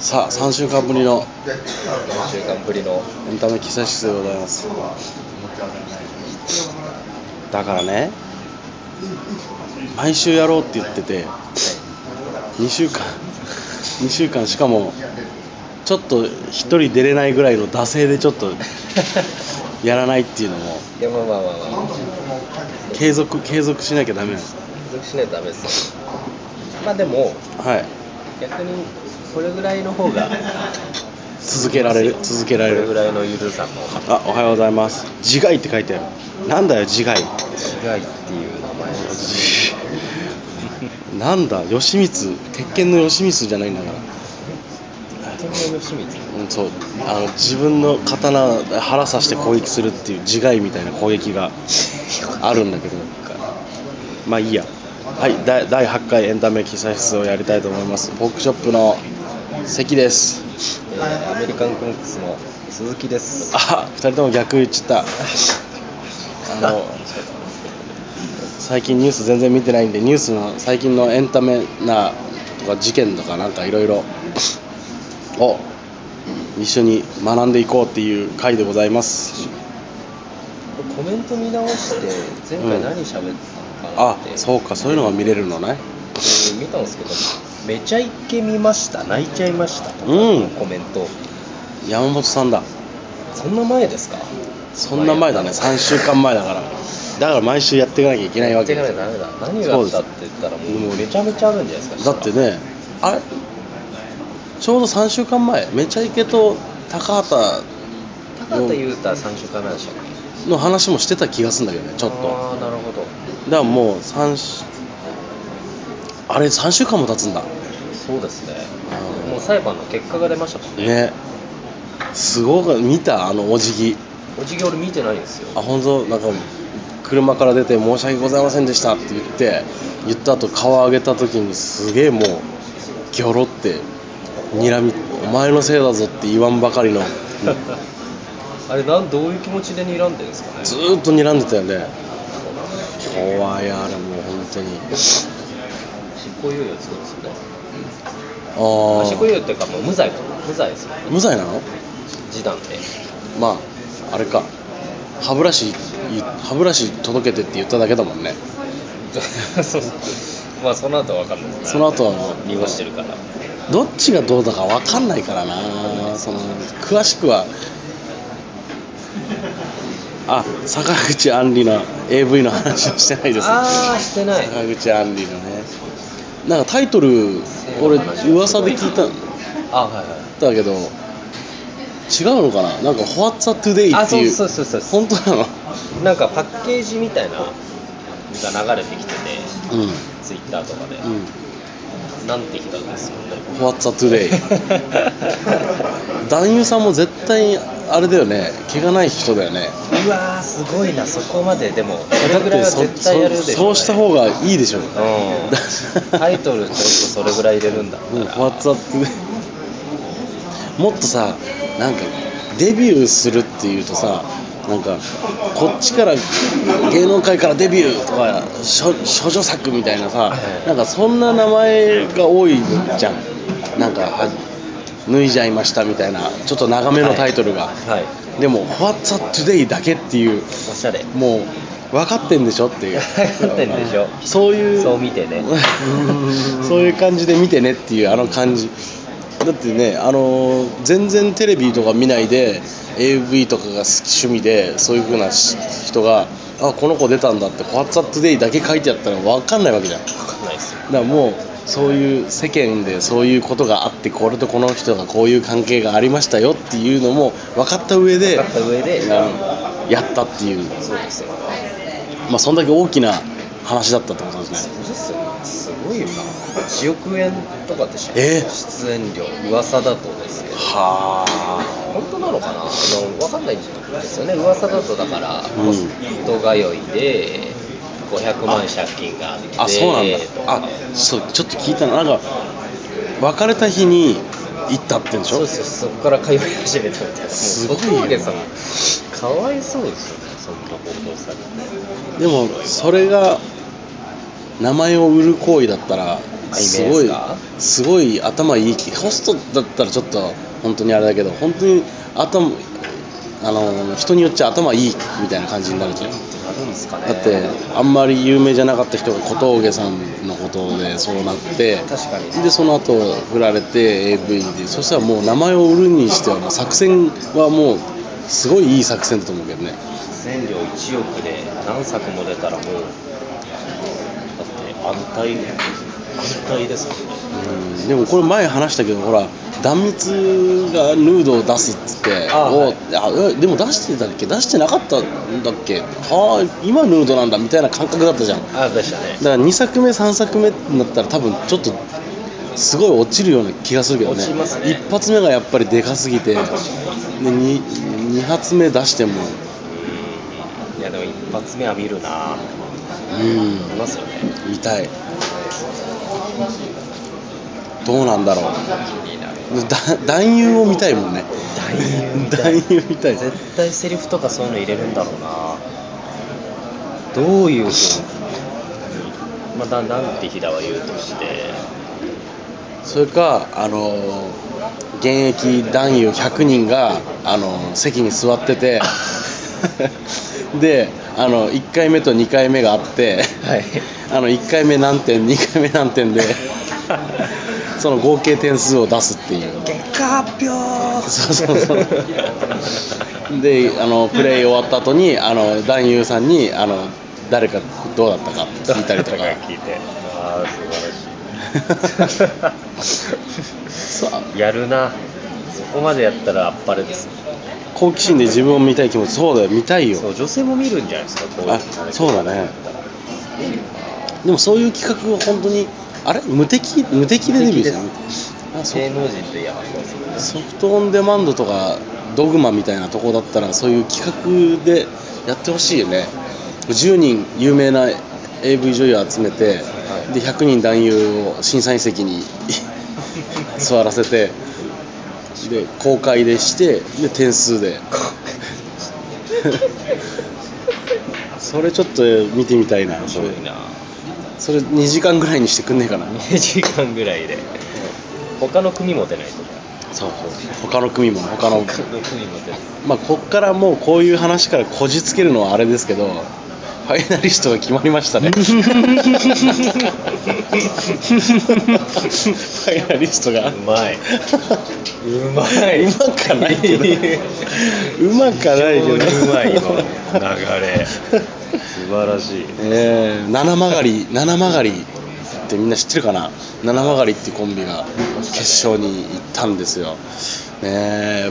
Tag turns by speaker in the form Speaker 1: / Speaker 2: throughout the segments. Speaker 1: さあ3週間ぶりの
Speaker 2: 3週間ぶ りの
Speaker 1: エンタメ記載室でございますだからね毎週やろうって言ってて2週間2週間しかもちょっと1人出れないぐらいの惰性でちょっとやらないっていうのも
Speaker 2: いやまあまあまあまあ
Speaker 1: 継続継続しなきゃダメなんですよ
Speaker 2: 継続しないとダメですよまあでも
Speaker 1: はい
Speaker 2: 逆にこれぐらいの方が
Speaker 1: 続けられる続けられ
Speaker 2: これぐ
Speaker 1: る
Speaker 2: らいのゆるさの
Speaker 1: あおはようございます自害って書いてあるなんだよ自害
Speaker 2: 違いっていう名前
Speaker 1: なんだ吉光鉄拳の吉光じゃないんだから
Speaker 2: 天然の清水
Speaker 1: うん、そうあの自分の刀で腹刺して攻撃するっていう自害みたいな攻撃があるんだけどまあいいやはいだ第8回エンタメ記載室をやりたいと思いますボークショップの関です
Speaker 2: えーアメリカンコミックスの鈴木です
Speaker 1: あ二2人とも逆言っちゃったあの最近ニュース全然見てないんでニュースの最近のエンタメなとか事件とかなんかいろいろを一緒に学んでいこうっていう回でございます
Speaker 2: コメント見直して前回何喋ったのかな
Speaker 1: あ
Speaker 2: って、
Speaker 1: そうかそういうのが見れるのね
Speaker 2: えー見たんですけどめちゃイケ見ました泣いちゃいましたとか
Speaker 1: うん
Speaker 2: コメント
Speaker 1: 山本さんだ
Speaker 2: そんな前ですか
Speaker 1: そんな前だね3週間前だからだから毎週やっていかなきゃいけないわけ
Speaker 2: やっていかないとダメだ何があったって言ったらも
Speaker 1: そうで
Speaker 2: う
Speaker 1: す
Speaker 2: めちゃめちゃあるんじゃないですか
Speaker 1: だってねあれちょうど3週間前めちゃイケと高畑
Speaker 2: 高畑優太3週間目でしたっけ
Speaker 1: の話もしてた気がするんだけどねちょっとだか
Speaker 2: ああなるほど
Speaker 1: らもう3週あれ3週間も経つんだ
Speaker 2: そうですね
Speaker 1: うん
Speaker 2: もう裁判の結果が出ましたもんね
Speaker 1: ねすごく見たあのお辞儀
Speaker 2: おじぎ俺見てないん ですよ
Speaker 1: あ本当なんか車から出て「申し訳ございませんでした」って言って言った後顔上げた時にすげえもうギョロってにらみ「お前のせいだぞ」って言わんばかりの
Speaker 2: あれなんどういう気持ちで睨んでるんですかね
Speaker 1: ずーっと睨んでたよね 怖いあれもう本当に
Speaker 2: 執行猶予つくんですよね
Speaker 1: あ
Speaker 2: あ執行猶
Speaker 1: あ
Speaker 2: 予っていうかもう無罪か無罪ですよ
Speaker 1: 無罪なの
Speaker 2: 示談で
Speaker 1: まああれか歯ブラシ歯ブラシ届けてって言っただけだもんね
Speaker 2: そうまあその後は分かんないですね
Speaker 1: その後はもう
Speaker 2: 濁してるから
Speaker 1: どっちがどうだか分かんないからなその詳しくはあ坂口杏里の AV の話をしてないです坂
Speaker 2: ああしてない
Speaker 1: 口杏里のねなんかタイトル俺噂で聞いたん
Speaker 2: あはいはい
Speaker 1: だけど違うのかななんか「What's a Today」
Speaker 2: あ
Speaker 1: って
Speaker 2: そう
Speaker 1: いう
Speaker 2: そうそうそう
Speaker 1: 本当なの
Speaker 2: なんかパッケージみたいなのが流れてきてて
Speaker 1: うんうん
Speaker 2: ツイッターとかで、なんてきたんですよ ね
Speaker 1: 「What's a Today」男優さんも絶対あれだよね毛がない人だよね
Speaker 2: うわーすごいなそこまででもそ
Speaker 1: だ
Speaker 2: れ
Speaker 1: っ
Speaker 2: ぐらい
Speaker 1: て
Speaker 2: は
Speaker 1: そ
Speaker 2: 絶対やるでしょ、
Speaker 1: そそうした方がいいでしょ
Speaker 2: うんタイトルちょっとそれぐらい入れるんだった
Speaker 1: うん
Speaker 2: ら、
Speaker 1: WhatsApp でもっとさなんかデビューするっていうとさなんかこっちから芸能界からデビューとか処処女作みたいなさ
Speaker 2: い
Speaker 1: なんかそんな名前が多いじゃんなんかは脱いじゃいましたみたいなちょっと長めのタイトルが、
Speaker 2: はい
Speaker 1: でも「What's Up Today」だけっていう
Speaker 2: おしゃれ
Speaker 1: もう分かってんでしょっていう
Speaker 2: 分かってんでしょ
Speaker 1: そういう
Speaker 2: そう見てね
Speaker 1: そういう感じで見てねっていうあの感じだってねあのー全然テレビとか見ないで AV とかが好き趣味でそういう風なし人があこの子出たんだって「WhatsAppToday」だけ書いてあったら分かんないわけじゃんだか
Speaker 2: 分かんないっすよ
Speaker 1: らもうそういう世間でそういうことがあってこれとこの人がこういう関係がありましたよっていうのも分かった上で
Speaker 2: 分かった上で
Speaker 1: あのやったっていう
Speaker 2: そうですよ
Speaker 1: まあそんだけ大きな話だったってことですね
Speaker 2: そうですよねすごいよな1億円とかって知ってる
Speaker 1: えー
Speaker 2: 出演料噂だとですけど
Speaker 1: はあ
Speaker 2: 本当なのかなあの分かんないんですよね噂だとだから、
Speaker 1: うん
Speaker 2: 人が酔いで500万借金があって
Speaker 1: あそうなんだ
Speaker 2: とか
Speaker 1: あそうちょっと聞いたのなんか別れた日に行ったってんでし
Speaker 2: そ
Speaker 1: ょ
Speaker 2: うですよそこから通い始めたみたいなもう
Speaker 1: すごいよ
Speaker 2: 小峠さんかわいそうですよねそんな行動されて
Speaker 1: でもそれが名前を売る行為だったら
Speaker 2: あ
Speaker 1: すご
Speaker 2: イメージ
Speaker 1: い
Speaker 2: か
Speaker 1: すごい頭いい気ホストだったらちょっと本当にあれだけど本当に頭あの人によっちゃ頭いいみたいな感じになるじゃん
Speaker 2: なるんですかね
Speaker 1: だってあんまり有名じゃなかった人が小峠さんのことでそうなって
Speaker 2: 確かに
Speaker 1: でその後振られて AV でそしたらもう名前を売るにしてはもう作戦はもうすごいいい作戦だと思うけどね
Speaker 2: 全量1億で何作も出たらもうだって安泰安泰ですもんね
Speaker 1: うんでもこれ前話したけどほら断蜜がヌードを出すっつって
Speaker 2: あ
Speaker 1: お
Speaker 2: はい
Speaker 1: あえでも出してたっけ出してなかったんだっけはあ今ヌードなんだみたいな感覚だったじゃんだか
Speaker 2: あでしたね
Speaker 1: ら2作目3作目になったら多分ちょっとすごい落ちるような気がするけどね
Speaker 2: 落ちますね
Speaker 1: 一発目がやっぱりでかすぎてで 2, 2発目出しても
Speaker 2: いやでも一発目は見るな
Speaker 1: うん
Speaker 2: 見ますよね
Speaker 1: 見たいどうなんだろうだ 男優を見たいもんね男優みたいです
Speaker 2: 絶対セリフとかそういうの入れるんだろうなどういうふうにまあだなんて平は言うとして
Speaker 1: それかあのー現役男優100人があのー席に座って てであの1回目と2回目があって
Speaker 2: はい
Speaker 1: あの1回目何点2回目何点 でその合計点数を出すっていう
Speaker 2: 結果発表
Speaker 1: そうそうそうであのプレイ終わった後にあの男優さんにあの誰かどうだったかって聞いたりと か
Speaker 2: 聞いてああ素晴らし
Speaker 1: そう
Speaker 2: いやるなそこまでやったらあっぱれです
Speaker 1: 好奇心で自分を見たい気持ちそうだよ見たいよ
Speaker 2: そう女性も見るんじゃないですかこういう
Speaker 1: あそうだねでもそういう企画を本当にあれ無敵無敵でデビューしたの
Speaker 2: 無
Speaker 1: あそ
Speaker 2: 芸能人でやってますよ
Speaker 1: ソ
Speaker 2: ね
Speaker 1: フトオンデマンドとかドグマみたいなとこだったらそういう企画でやってほしいよね10人有名な AV 女優を集めて、で100人男優を審査員席に 座らせてで公開でしてで点数でそれちょっと見てみたいなそれ
Speaker 2: いな
Speaker 1: それ2時間ぐらいにしてくんねえかな
Speaker 2: 2時間ぐらいで他の組も出ないと
Speaker 1: そうそう他の組も他の
Speaker 2: 他の組も出ない
Speaker 1: まあこっからもうこういう話からこじつけるのはあれですけどファイナリストが決まりましたねファイナリストが
Speaker 2: うまいうまいう
Speaker 1: まかないけどうまかないけど
Speaker 2: 非常にうまい今の流れ素晴らしい
Speaker 1: えー、七曲り七曲りってみんな知ってるかな七曲りってコンビが決勝に行ったんですよねえ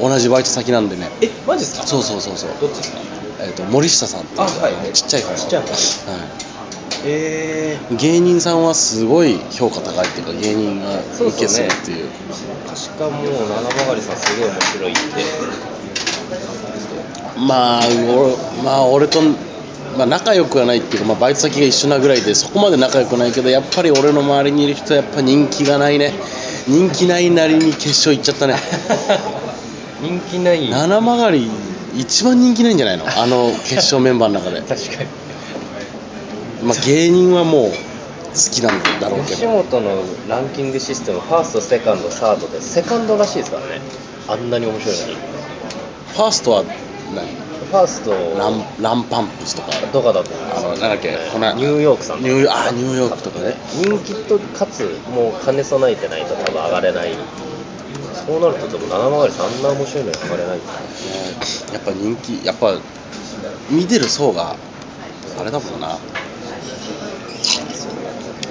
Speaker 1: うん同じバイト先なんでね
Speaker 2: えマジっすか
Speaker 1: そうそうそうそう、
Speaker 2: どっちですか
Speaker 1: えー、と森下さんっていう
Speaker 2: あはい
Speaker 1: ちっちゃい方
Speaker 2: ちっちゃい方
Speaker 1: は
Speaker 2: え
Speaker 1: い、芸人さんはすごい評価高いっていうか芸人が
Speaker 2: そう
Speaker 1: 受
Speaker 2: っ
Speaker 1: け
Speaker 2: す
Speaker 1: す
Speaker 2: よ
Speaker 1: る
Speaker 2: ね
Speaker 1: っていう
Speaker 2: ー、しかも七曲りさんすごい面白いって
Speaker 1: まあ俺,、まあ、俺と、まあ、仲良くはないっていうか、まあ、バイト先が一緒なぐらいでそこまで仲良くないけどやっぱり俺の周りにいる人はやっぱ人気がないね人気ないなりに決勝行っちゃったね
Speaker 2: 人気ない
Speaker 1: 七曲り一番人気ないんじゃないのあの決勝メンバーの中で、
Speaker 2: 確かに
Speaker 1: まあ、芸人はもう好きなんだろうけ
Speaker 2: 吉
Speaker 1: ど
Speaker 2: 本のランキングシステムファーストセカンドサードでセカンドらしいですからねあんなに面白いのに
Speaker 1: ファーストは何
Speaker 2: ファースト
Speaker 1: ランランパンプスとか
Speaker 2: とかだと思う
Speaker 1: あの
Speaker 2: んですよ
Speaker 1: なんだっけこの
Speaker 2: ニューヨークさん
Speaker 1: ニューヨあニューヨークとかね
Speaker 2: 人気とかつもう金備えてないと多分上がれないそうなるとでも七曲りさんあんな面白いのに上がれない
Speaker 1: やっぱ人気やっぱ見てる層があれだもんな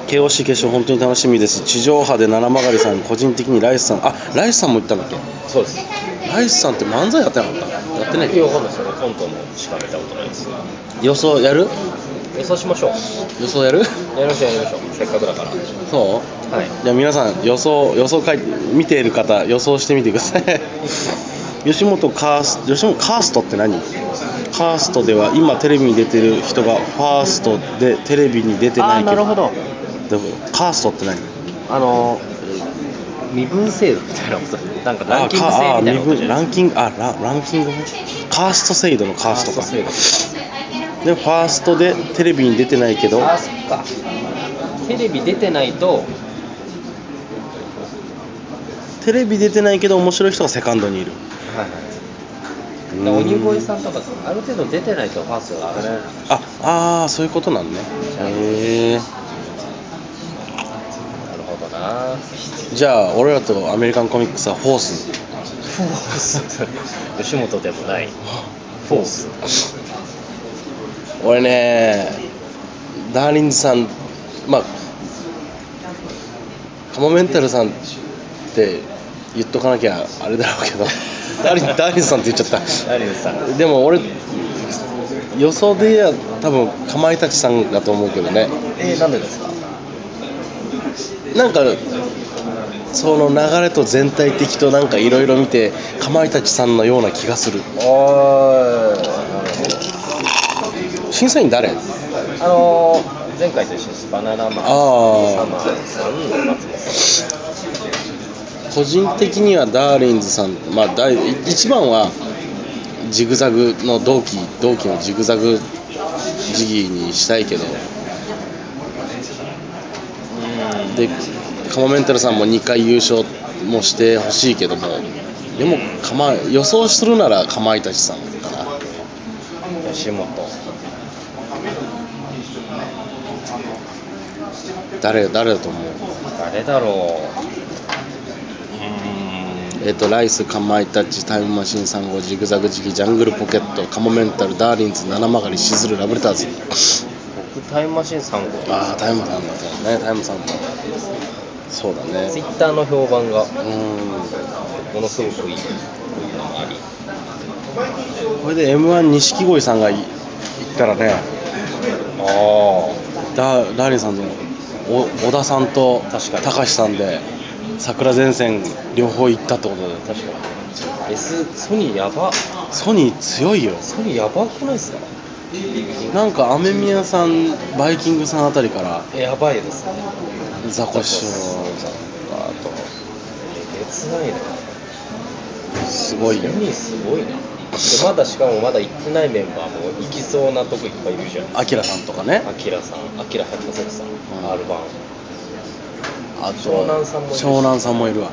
Speaker 1: KOC 決勝本当に楽しみです地上波で七曲さん個人的にライスさんあライスさんも行ったんだっけ
Speaker 2: そうです
Speaker 1: ライスさんって漫才やってなかったやってない
Speaker 2: いやわかんないですよコントもしか見たことないです
Speaker 1: 予想やる
Speaker 2: 予想しましょう
Speaker 1: 予想やる
Speaker 2: やりましょうやりましょうせっかくだから
Speaker 1: そう
Speaker 2: はい
Speaker 1: じゃあ皆さん予想予想書いて見ている方予想してみてください 吉本カース吉本カーストって何カーストでは今テレビに出てる人がファーストでテレビに出てないけど
Speaker 2: ど
Speaker 1: でもカーストって何
Speaker 2: あの身分制度みたいなことなんかランキング制
Speaker 1: あかあ
Speaker 2: みたいなこと
Speaker 1: 身分ランキングあラランキングカースト制度のカーストか
Speaker 2: 制度
Speaker 1: でファーストでテレビに出てないけど
Speaker 2: あそっか
Speaker 1: フ
Speaker 2: テレビ出てないと
Speaker 1: テレビ出てないけど面白い人がセカンドにいる
Speaker 2: だから鬼越さんとかある程度出てないとファーストが上がらない
Speaker 1: ああーそういうことなんねへえ
Speaker 2: なるほどな
Speaker 1: じゃあ俺らとアメリカンコミックスはフォース
Speaker 2: フォース吉本でもないフォース
Speaker 1: 俺ねダーリンズさんまあカモメンタルさんって言っとかなきゃあれだろうけ どダーリンダーリンズさんって言っちゃった
Speaker 2: 誰ですか
Speaker 1: でも俺予想で言えば多分かまいたちさんだと思うけどね
Speaker 2: えー、なんでですか
Speaker 1: なんかその流れと全体的となんかいろいろ見てかまいたちさんのような気がする
Speaker 2: おーなるほど
Speaker 1: 審査員誰
Speaker 2: あのー、前回と一緒ですバナナマン
Speaker 1: あー
Speaker 2: サマーさん松本さ
Speaker 1: 個人的にはダーリンズさん、まあ、だい一番はジグザグの同期同期のジグザグジギーにしたいけど
Speaker 2: ん
Speaker 1: でカモメンタルさんも2回優勝もしてほしいけどもでもかま予想するならかまいたちさんかな
Speaker 2: うん吉本
Speaker 1: 誰誰だと思う
Speaker 2: 誰だろ
Speaker 1: えっとライスかまいたちタイムマシーン3号ジグザグジギージャングルポケットカモメンタルダーリンズ七曲りシズルラブレターズ
Speaker 2: う僕タイムマシーン3号
Speaker 1: ああタイムさんだったよねタイムさんもそうだね
Speaker 2: ツイッターの評判が
Speaker 1: うー
Speaker 2: ものすごくいいというのもあり
Speaker 1: んこれで m 1錦鯉さんがい行ったらね
Speaker 2: あ
Speaker 1: ダーダーリンさんとお小田さんと
Speaker 2: 確かに
Speaker 1: 高橋さんで桜前線両方行ったってことで
Speaker 2: あ確かに S ソニーやば
Speaker 1: ソニー強いよ
Speaker 2: ソニーやばくないですか
Speaker 1: なんか雨宮さんバイキングさんあたりから
Speaker 2: えやばいですね
Speaker 1: ザコシショウさんとかあ
Speaker 2: えげつないな
Speaker 1: とすごい
Speaker 2: ソ
Speaker 1: よ
Speaker 2: ニーすごいなでまだしかもまだ行ってないメンバーも行きそうなとこいっぱいいるじゃん
Speaker 1: アキラさんとかね
Speaker 2: アキラさん、アキラ博士さん、
Speaker 1: ん
Speaker 2: R1、
Speaker 1: あと
Speaker 2: 湘南さんもいるし
Speaker 1: 湘南さんもいるわ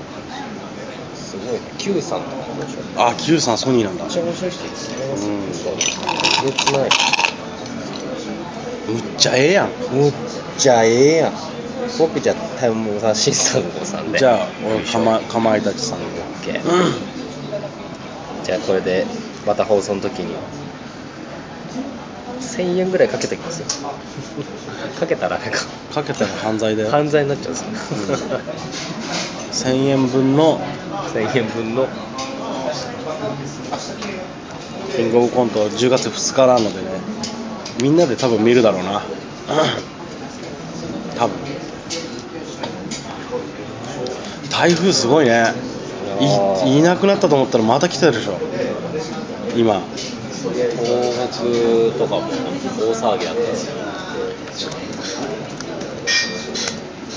Speaker 2: すごいね、Q さんとかも面白い。
Speaker 1: あ Q さんソニーなんだ
Speaker 2: めっちゃ面白い人ですね。
Speaker 1: うん
Speaker 2: そうえげつない。
Speaker 1: むっちゃええやん
Speaker 2: むっちゃええやん。僕じゃタイムさん、シンさんのさんで。
Speaker 1: じゃあ俺かまかまいたちさんで、
Speaker 2: OK じゃあこれで、また放送の時に。1000円ぐらいかけてきますよ。かけたらあれか。
Speaker 1: かけたら犯罪だよ
Speaker 2: 犯罪になっちゃうんですよ。
Speaker 1: 1000円分の
Speaker 2: 1000円分の。
Speaker 1: キングオブコント10月2日なのでねみんなで多分見るだろうな多分台風すごいねいいなくなったと思ったらまた来てるでしょ今
Speaker 2: 東北とかも大騒ぎだったんですよ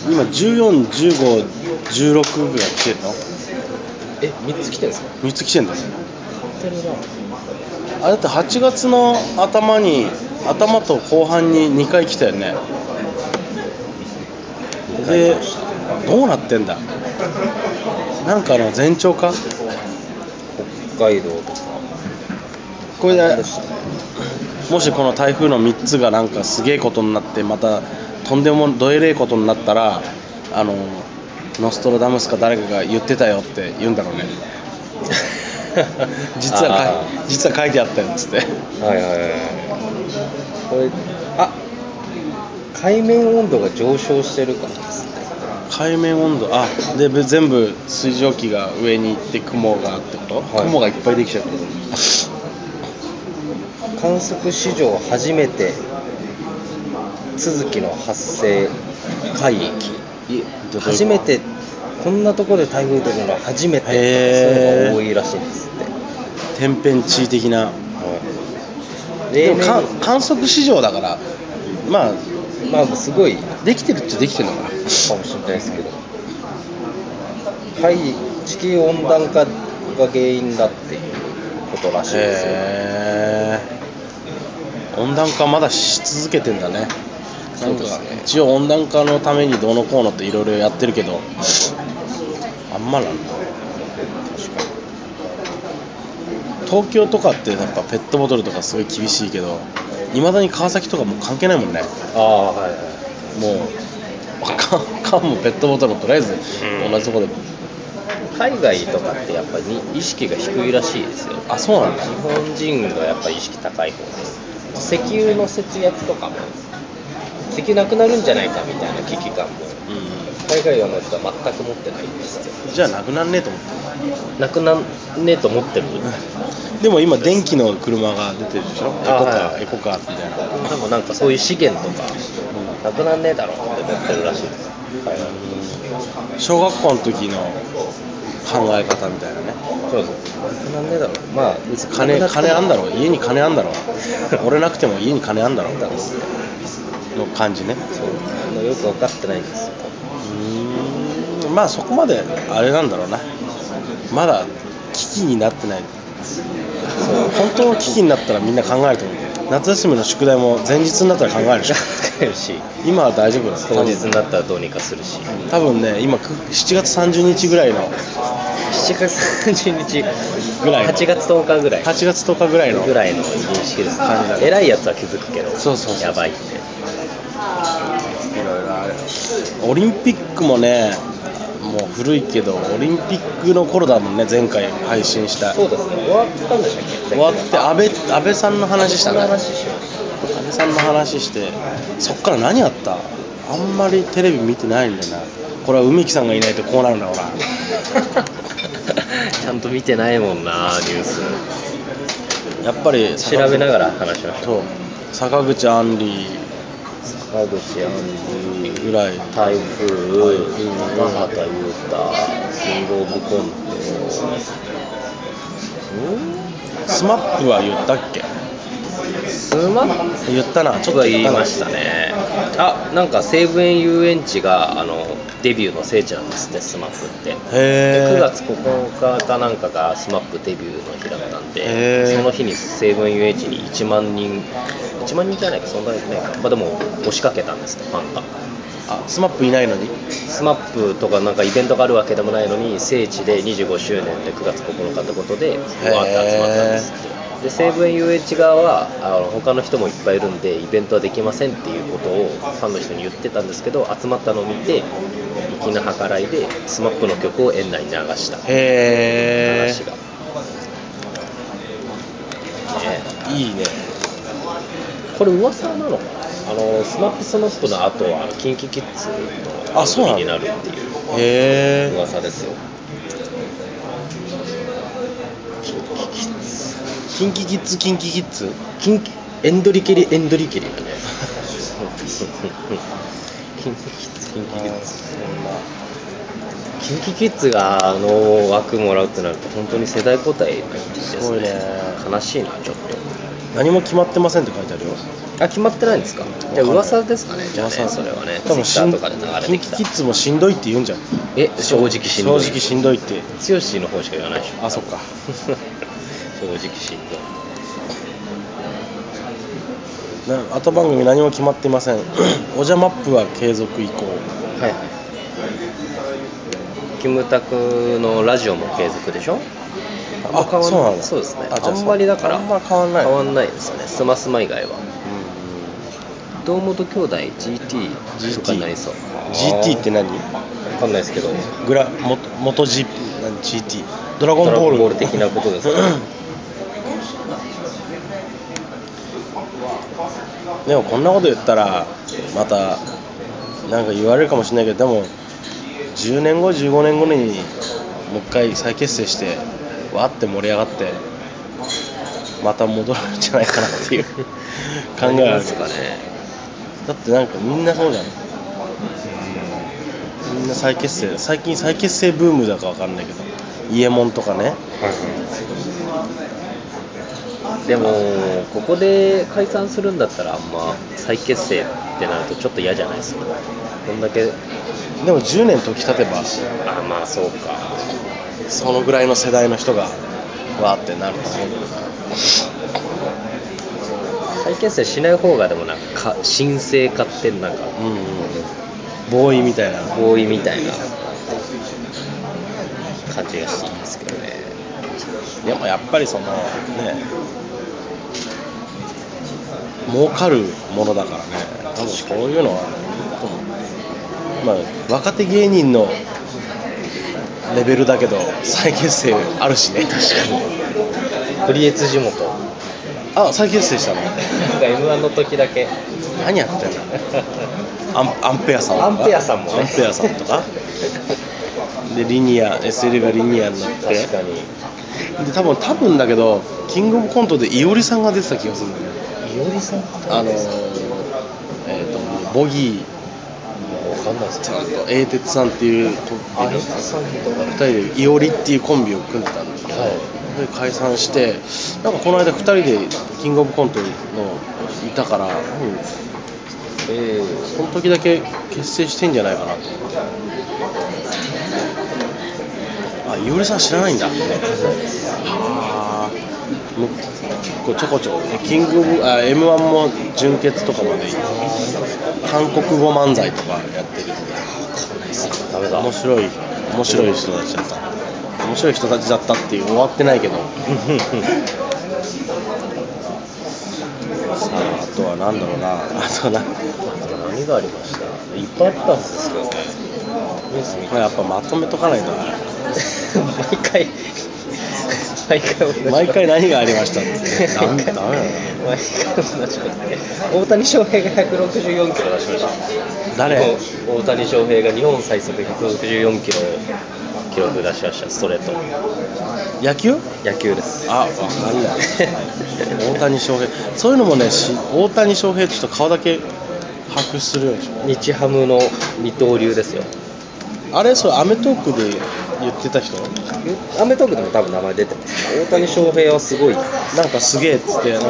Speaker 1: 今141516ぐらい来てるの
Speaker 2: え三3つ来てるんですか
Speaker 1: 3つ来てるんだよ
Speaker 2: てるな
Speaker 1: あれだって8月の頭に頭と後半に2回来たよねでどうなってんだなんかあの前兆か
Speaker 2: 北海道とか
Speaker 1: これで
Speaker 2: でしたね
Speaker 1: もしこの台風の3つがなんかすげえことになってまたとんでもどえれえことになったらあのノストラダムスか誰かが言ってたよって言うんだろうね 実はか実は書いてあったよっつって
Speaker 2: あーはいはいはいはいこれあ海面温度が上昇してるからですね
Speaker 1: 海面温度あでぶ全部水蒸気が上に行って雲がってこと、
Speaker 2: はい
Speaker 1: 雲がいっぱいできちゃうってこと
Speaker 2: 観測史上初めて続きの発生海域
Speaker 1: いどういうこと
Speaker 2: 初めてこんなところで台風出るのは初めてとかそう
Speaker 1: へー
Speaker 2: いうのが多いらしいんですって
Speaker 1: 天変地異的なで
Speaker 2: 例
Speaker 1: も
Speaker 2: 年
Speaker 1: か観測史上だからまあ
Speaker 2: まあすごいか
Speaker 1: できてるっちゃできてるのかな
Speaker 2: もしれないですけど海地球温暖化が原因だっていうことらしいですよ
Speaker 1: へえ温暖化まだし続けてんだねなんか
Speaker 2: そうですね
Speaker 1: 一応温暖化のためにどうのこうのっていろいろやってるけどあんまなんだ東京とかってやっぱペットボトルとかすごい厳しいけどいまだに川崎とかもう関係ないもんね
Speaker 2: ああはいはい
Speaker 1: もう缶缶もペットボトルもとりあえず
Speaker 2: うん
Speaker 1: 同じとこで、
Speaker 2: 海外とかってやっぱり意識が低いらしいですよ
Speaker 1: あそうなんだ
Speaker 2: 日本人がやっぱ意識高い方です石油の節約とかも石油なくなるんじゃないかみたいな危機感も
Speaker 1: う
Speaker 2: 海外の人は全く持ってないんですよ
Speaker 1: ん、じゃあなくなんねえと思って
Speaker 2: なくなんねえと思ってる
Speaker 1: でも今電気の車が出てるでしょエコカー、
Speaker 2: あはい
Speaker 1: エコカーみたいな、
Speaker 2: でもなんかそういう資源とかなくなんねえだろうって思ってるらしいです海外の人
Speaker 1: 小学校の時の考え方みたいなね
Speaker 2: そうですなくなんねえだろうまあ
Speaker 1: 別に金金あんだろ家に金あんだろ俺なくても家に金あんだろ
Speaker 2: だろうそう
Speaker 1: の感じね
Speaker 2: あのよく分かってないんですよ
Speaker 1: うーんまあそこまであれなんだろうなまだ危機になってないそう本当の危機になったらみんな考えると思う夏休みの宿題も前日になったら考えるでしょ
Speaker 2: 使えるし
Speaker 1: 今は大丈夫だ
Speaker 2: 当日になったらどうにかするし
Speaker 1: 多分ね今く7月30日ぐらいの
Speaker 2: 7月30日
Speaker 1: ぐらいの
Speaker 2: 8月10日ぐらい
Speaker 1: 8月10日ぐらいの
Speaker 2: ぐらいの認識です
Speaker 1: 感じだね
Speaker 2: 偉いやつは気づくけど
Speaker 1: そうそうそう
Speaker 2: やばいって
Speaker 1: オリンピックもねもう古いけどオリンピックの頃だもんね前回配信した
Speaker 2: そうですね終わったんでしたっけ
Speaker 1: 終わって安倍安倍さんの話したね
Speaker 2: この
Speaker 1: 安
Speaker 2: 話しよう
Speaker 1: 倍さんの話してそっから何あったあんまりテレビ見てないんだよなこれは梅木さんがいないとこうなるんだろうな
Speaker 2: ちゃんと見てないもんなニュース
Speaker 1: やっぱり
Speaker 2: 調べながら話しましょう
Speaker 1: そう坂口安里
Speaker 2: 川口安里
Speaker 1: ぐらい
Speaker 2: 台風、高畑裕太、キングオブコント、
Speaker 1: スマップは言ったっけ
Speaker 2: スマッ
Speaker 1: 言ったなち
Speaker 2: ち
Speaker 1: ょ
Speaker 2: ょ
Speaker 1: っと
Speaker 2: っと
Speaker 1: 言
Speaker 2: 言
Speaker 1: っ
Speaker 2: い
Speaker 1: たな
Speaker 2: ましたねあなんか西武園遊園地があのデビューの聖地なんですってスマップって
Speaker 1: へえ
Speaker 2: 9月9日かなんかがスマップデビューの日だったん
Speaker 1: へー
Speaker 2: でその日に西武園遊園地に1万人1万人じゃないかそんなにないか、まあ、でも押しかけたんですってファンが
Speaker 1: あスマップいないのに
Speaker 2: スマップとかなんかイベントがあるわけでもないのに聖地で25周年で9月9日ってことでわーって集まったんですってで西武園遊園地側はあの他の人もいっぱいいるんでイベントはできませんっていうことをファンの人に言ってたんですけど集まったのを見て粋な計らいで SMAP の曲を園内に流した
Speaker 1: へ
Speaker 2: 話が、ね
Speaker 1: えいいね
Speaker 2: これ噂なのかなあの SMAP スマップの後は KinKiKids の
Speaker 1: あそうなの
Speaker 2: になるっていう
Speaker 1: へえ
Speaker 2: 噂ですよ
Speaker 1: キンキキッズキンキキッズ
Speaker 2: キンキエンドリケリエンドリ ケリだねキンキキッズキンキキッズキンキキッズがあの枠もらうってなると本当に世代交代です
Speaker 1: すごいね
Speaker 2: 悲しいなちょっと
Speaker 1: 何も決まってませんって書いてあるよ
Speaker 2: あ決まってないんですかじゃあ噂ですかねじゃあねそれはね
Speaker 1: 多分しん
Speaker 2: Twitter とかで流れてきた
Speaker 1: キンキキッズもしんどいって言うんじゃん
Speaker 2: え正直しんどい
Speaker 1: 正直しんどいって
Speaker 2: 剛の方しか言わないでしょ
Speaker 1: あそっか
Speaker 2: 正直しんどい
Speaker 1: な後番組何も決まっていませんおじゃマップは継続以降
Speaker 2: はいキムタクのラジオも継続でしょ
Speaker 1: あ
Speaker 2: んま変わん
Speaker 1: そうなんだ
Speaker 2: そうですね
Speaker 1: あ
Speaker 2: あ
Speaker 1: じゃあそうん
Speaker 2: まりだから
Speaker 1: あんま変わんない
Speaker 2: 変わんないですよねスマスマ以外は
Speaker 1: う
Speaker 2: 堂本兄弟 GT とかになりそう
Speaker 1: GT って何
Speaker 2: 分かんないですけど
Speaker 1: グラも元 GP GT ドラゴンボール
Speaker 2: ドラゴンボール的なことですか
Speaker 1: でもこんなこと言ったらまたなんか言われるかもしれないけどでも10年後15年後にもう一回再結成してわーって盛り上がってまた戻るんじゃないかなっていう 考え
Speaker 2: あり
Speaker 1: はあ
Speaker 2: ま
Speaker 1: るけ
Speaker 2: す
Speaker 1: ど
Speaker 2: かね
Speaker 1: だってなんかみんなそうじゃんみんな再結成最近再結成ブームだかわかんないけど伊右衛門とかね
Speaker 2: でもここで解散するんだったらあんま再結成ってなるとちょっと嫌じゃないですかこんだけ
Speaker 1: でも10年時経てば
Speaker 2: あまあそうか
Speaker 1: そのぐらいの世代の人がわーってなると思うけどな
Speaker 2: 再結成しない方がでもなんか神聖化ってなんか
Speaker 1: うんうんボーイみたいな
Speaker 2: 合意みたいな感じがしていいですけどね
Speaker 1: でもやっぱりそのね儲かるものだからね多分そういうのはね、まあ、若手芸人のレベルだけど再結成あるしね確かに
Speaker 2: プリエツ地元
Speaker 1: あ再結成したの
Speaker 2: なんか m 1の時だけ
Speaker 1: 何やってんのアンアンペアさんとか
Speaker 2: アンペアさんもね
Speaker 1: アンペアさんとかでリニア SL がリニアになって
Speaker 2: 確かに
Speaker 1: で多分多分だけどキングオブコントでいおりさんが出てた気がするんだよね
Speaker 2: いおりさんわ
Speaker 1: あのーえっ、とボギ
Speaker 2: かんないです
Speaker 1: ーさんと英鉄さんっていうコン
Speaker 2: あ
Speaker 1: ビ
Speaker 2: れ
Speaker 1: の
Speaker 2: さんと
Speaker 1: 2人でいおりっていうコンビを組んでたんだけど
Speaker 2: かはい
Speaker 1: で解散してなんかこの間2人でキングオブコントのいたから、うん
Speaker 2: え
Speaker 1: その時だけ結成してんじゃないかなと思ってあいおりさん知らないんだあーもう結構ちょこちょこキングオブあ m 1も準決とかまで韓国語漫才とかやってるんで
Speaker 2: ー、ダメだ
Speaker 1: 面白い面白い人たちだった面白い人たちだったっていう終わってないけどさああとは何だろうなあとな
Speaker 2: 何がありましたいっぱいあったんですけどねニュース見て
Speaker 1: まあやっぱまとめとかないとな
Speaker 2: 毎 回毎回同じこと
Speaker 1: 毎回何がありましたって
Speaker 2: 毎
Speaker 1: ね
Speaker 2: 回
Speaker 1: ダメだな
Speaker 2: 毎回同じこと大谷翔平が164キロ出しました
Speaker 1: 誰
Speaker 2: 大谷翔平が日本最速164キロを記録出しましたストレート
Speaker 1: 野球
Speaker 2: 野球です
Speaker 1: あわかんない大谷翔平そういうのもねし大谷翔平ちょっと顔だけ把握するようにしよ
Speaker 2: 日ハムの二刀流ですよ
Speaker 1: うあれそれアメトークで言ってた人
Speaker 2: アメトークでも多分名前出てます大谷翔平はすごい
Speaker 1: なんかすげえっつってなんか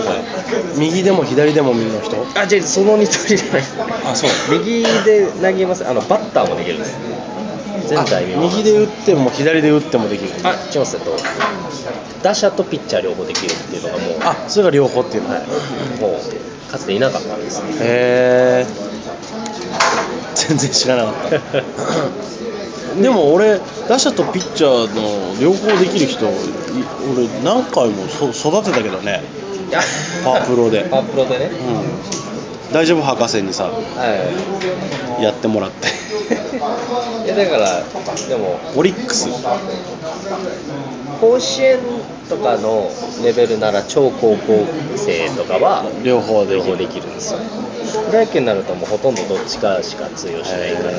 Speaker 1: 右でも左でも見の人
Speaker 2: あじゃあその二刀流じゃないです
Speaker 1: あそう
Speaker 2: 右で投げますあのバッターもできるんです全
Speaker 1: あ
Speaker 2: 体見ます
Speaker 1: 右で打っても左で打ってもできる
Speaker 2: あ違いますえっと打者とピッチャー両方できるっていうのがもう
Speaker 1: あそれが両方っていうの、
Speaker 2: はいもうかつていなかったんですね
Speaker 1: へえ全然知らなかったでも俺打者とピッチャーの両方できる人い俺何回もそ育てたけどねパワープロで
Speaker 2: パワープロで
Speaker 1: う
Speaker 2: ね
Speaker 1: ん大丈夫博士にさ
Speaker 2: は
Speaker 1: やってもらって
Speaker 2: いいやだからでも
Speaker 1: オリックス
Speaker 2: 甲子園とかのレベルなら超高校生とかは
Speaker 1: 両方で
Speaker 2: 両
Speaker 1: き
Speaker 2: 方
Speaker 1: る
Speaker 2: できるんですよプロ野球になるともうほとんどどっちかしか通用しないから
Speaker 1: へ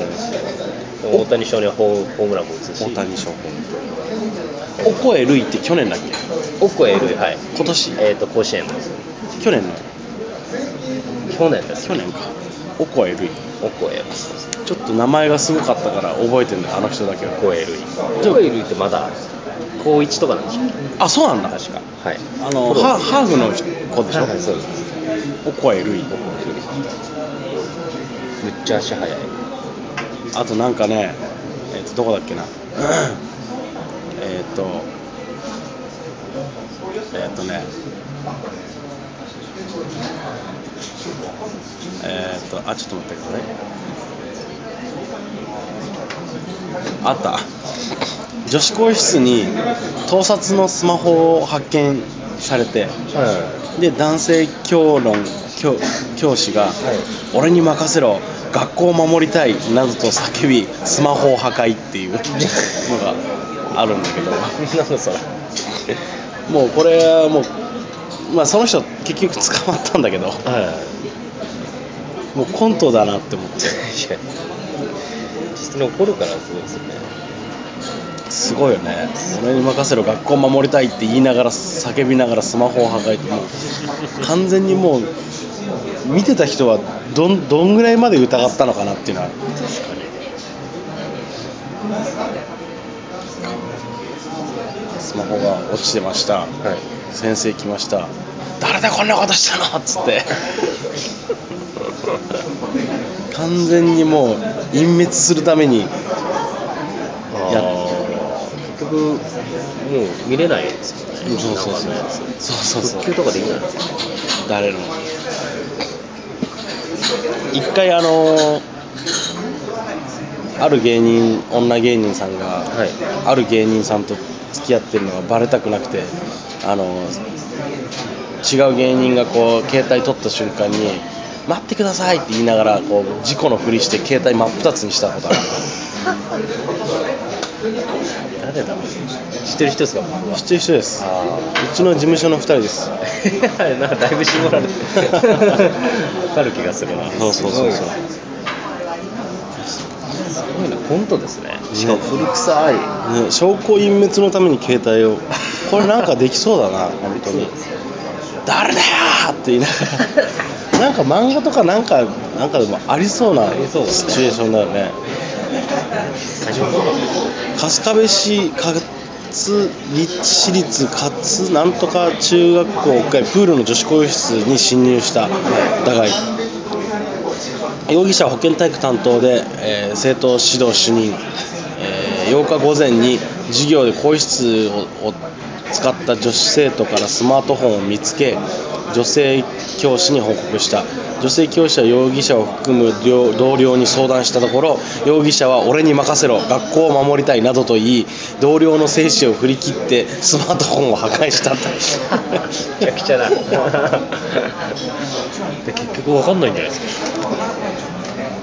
Speaker 2: でも大谷翔にはホーホームランも打つし
Speaker 1: 大谷翔平オコエルイって去年だっけ
Speaker 2: オコエルイはい
Speaker 1: 今年
Speaker 2: えっ、と甲子園の
Speaker 1: 去年の
Speaker 2: 去年です
Speaker 1: 去年かオコエルイ
Speaker 2: オコエルイ
Speaker 1: ちょっと名前がすごかったから覚えてるんだよあの人だけは
Speaker 2: オコエルイオコエルイってまだ高1とかなんでしょ
Speaker 1: あそうなんだ
Speaker 2: 確かはい
Speaker 1: あの
Speaker 2: プロ
Speaker 1: ハハーフの子でしょ、
Speaker 2: はいはいそうです
Speaker 1: オコエルイ
Speaker 2: むっちゃ足速い
Speaker 1: あとなんかねえっ、とどこだっけな えっとえっ、とねえっ、とあちょっと待ってくださいあった女子更衣室に盗撮のスマホを発見されて
Speaker 2: は
Speaker 1: で男性教論教教師が「俺に任せろ学校を守りたい」などと叫びスマホを破壊っていうのがあるんだけど
Speaker 2: いなんだそれ
Speaker 1: もうこれはもう、まあ、その人結局捕まったんだけど
Speaker 2: はい
Speaker 1: もうコントだなって思って
Speaker 2: 確かに実際に怒るからすごいですよね
Speaker 1: すごいよね「俺に任せろ学校を守りたい」って言いながら叫びながらスマホを破壊ってもう完全にもう見てた人はどんどんぐらいまで疑ったのかなっていうのはスマホが落ちてました
Speaker 2: はい
Speaker 1: 先生来ました誰でこんなことしたのっつって完全にもう隠滅するために
Speaker 2: あー結局局もう見れないですもんね
Speaker 1: そうそうそう
Speaker 2: 生のやつ
Speaker 1: そうそうそう
Speaker 2: 復旧とかできないですね
Speaker 1: 誰の一回あのある芸人女芸人さんが、
Speaker 2: はい
Speaker 1: ある芸人さんと付き合ってるのがバレたくなくてあの違う芸人がこう携帯取った瞬間に「待ってください」って言いながらこう事故のふりして携帯真っ二つにしたことある
Speaker 2: 誰だ知ってる人ですか僕は
Speaker 1: 知ってる人です
Speaker 2: あ
Speaker 1: うちの事務所の2人です
Speaker 2: あなん かだいぶ絞られてわかる気がするな
Speaker 1: そうそうそうそう
Speaker 2: すごいなコントですねしかも古臭い
Speaker 1: ね、証拠隠滅のために携帯をこれなんかできそうだ な本当に誰だよーって言いな がらなんか漫画とかなんかなんかでもありそうな
Speaker 2: りそうだね
Speaker 1: シチュエーションだよね春日部市勝市立勝なんとか中学校一回プールの女子更衣室に侵入した疑い容疑者は保健体育担当で、えー生徒指導主任、えー8日午前に授業で更衣室をを使った女子生徒からスマートフォンを見つけ女性教師に報告した女性教師は容疑者を含む両同僚に相談したところ容疑者は俺に任せろ学校を守りたいなどと言い同僚の精子を振り切ってスマートフォンを破壊したと
Speaker 2: めちゃくちゃなで結局わかんないんじゃないですか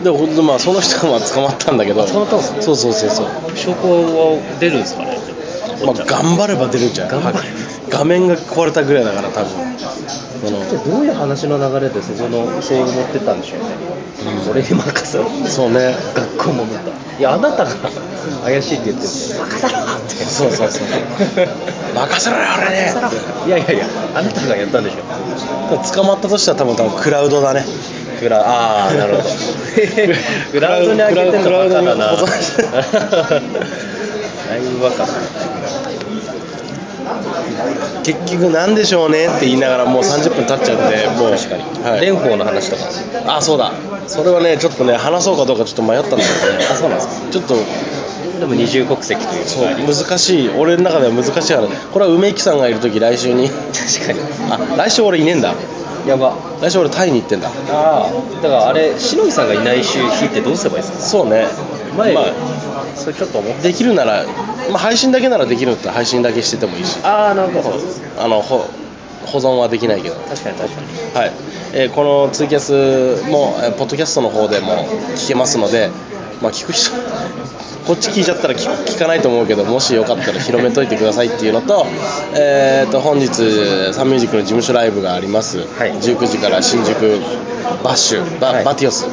Speaker 1: でも本当まあその人は捕まったんだけど
Speaker 2: 捕まったんですか
Speaker 1: そうそうそうそう
Speaker 2: 証拠は出るんですかね
Speaker 1: まあ、頑張れば出るんじゃない
Speaker 2: 頑張れ
Speaker 1: 画面が壊れたぐらいだから多分その
Speaker 2: どういう話の流れでそこのそう思ってたんでしょうね、俺に任せろ
Speaker 1: そうね
Speaker 2: 学校も見たいやあなたが怪しいって言ってるバカだろって
Speaker 1: そうそう そう任せろよ俺ね
Speaker 2: いやいやいやあなたがやった んでしょ
Speaker 1: 捕まったとしたら多分多分クラウドだね
Speaker 2: クラああなるほどクラウドに上げてんのバカだ
Speaker 1: クラ
Speaker 2: な
Speaker 1: ウドに
Speaker 2: だいぶバカだ
Speaker 1: 結局なんでしょうねって言いながらもう30分経っちゃってもう確かに、はい、
Speaker 2: 蓮舫の話とか
Speaker 1: あそうだそれはねちょっとね話そうかどうかちょっと迷ったんだけどね
Speaker 2: あそうなんです
Speaker 1: ちょっと
Speaker 2: でも二重国籍という
Speaker 1: そう
Speaker 2: か
Speaker 1: 難しい俺の中では難しい話これは梅木さんがいる時来週に
Speaker 2: 確かに
Speaker 1: あ来週俺いねえんだ
Speaker 2: やば
Speaker 1: 来週俺タイに行ってんだ
Speaker 2: ああだからあれしのぎさんがいない週日ってどうすればいいですか
Speaker 1: そうね
Speaker 2: 前、
Speaker 1: まあ
Speaker 2: それちょっと思って
Speaker 1: できるなら、まあ、配信だけならできるんだったら配信だけしててもいいし
Speaker 2: ああなるほど
Speaker 1: あのほ保存はできないけど、はい
Speaker 2: 確かに確かに
Speaker 1: えーこのツイキャスも、えーポッドキャストの方でも聞けますので、まあ、聞く人こっち聞いちゃったら聞聞かないと思うけどもしよかったら広めといてくださいっていうのと,、えー、と本日サンミュージックの事務所ライブがあります、
Speaker 2: はい
Speaker 1: 19時から新宿バッシュバ,、
Speaker 2: はい
Speaker 1: バティオス、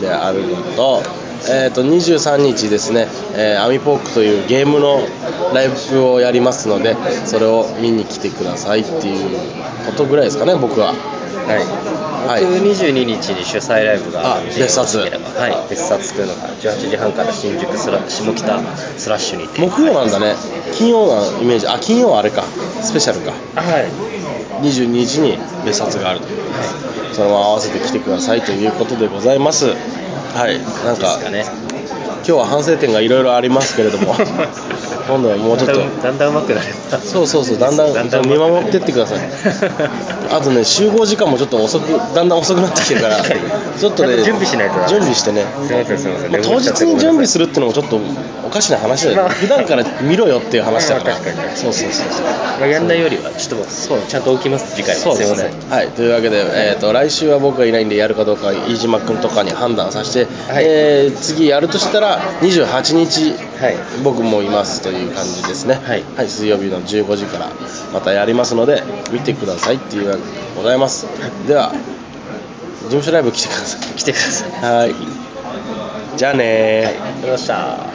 Speaker 1: であるのと,、えー、と23日ですね、えーアミポークというゲームのライブをやりますのでそれを見に来てくださいっていうことぐらいですかね僕は
Speaker 2: は、
Speaker 1: はいい
Speaker 2: 僕22日に主催ライブがあるんで
Speaker 1: あ別冊
Speaker 2: よろしければはい別冊作るのが18時半から新宿スラ下北スラッシュにて
Speaker 1: 木曜なんだね金曜なイメージあ金曜はあれかスペシャルか
Speaker 2: はい
Speaker 1: 22時に別冊があるというそれも合わせて来てくださいということでございますはいなん
Speaker 2: で
Speaker 1: か
Speaker 2: すかね
Speaker 1: 今日は反省点がいろいろありますけれど も今度はもうちょっと
Speaker 2: だんだんだんうまくなれた
Speaker 1: そうそうそうだんだん
Speaker 2: だんだん
Speaker 1: 見守ってってくださいあとね集合時間もちょっと遅くだんだん遅くなってきてるから
Speaker 2: 確かに
Speaker 1: ちょっとね
Speaker 2: ちゃんと準備しないとな
Speaker 1: 準備してね
Speaker 2: すいませんすいません
Speaker 1: もう当日に準備するってのもちょっとおかしな話だよ、
Speaker 2: まあ
Speaker 1: 普段から見ろよっていう話だから、
Speaker 2: ま あ確かに
Speaker 1: そうそうそうそう
Speaker 2: まあやんないよりはちょっともうそうちゃんと起きます次回
Speaker 1: そうですす
Speaker 2: い
Speaker 1: ね
Speaker 2: ません
Speaker 1: はい、というわけで、えー、と来週は僕がいないんでやるかどうか飯島君とかに判断させて、
Speaker 2: はい
Speaker 1: えー次やるとしたら28日、
Speaker 2: はい
Speaker 1: 僕もいますという感じですね、
Speaker 2: はい
Speaker 1: 水曜日の15時からまたやりますので見てくださいっていうわけでございますでは事務所ライブ来てください
Speaker 2: 来てくださいあ
Speaker 1: はいじゃあねー
Speaker 2: りがとうございました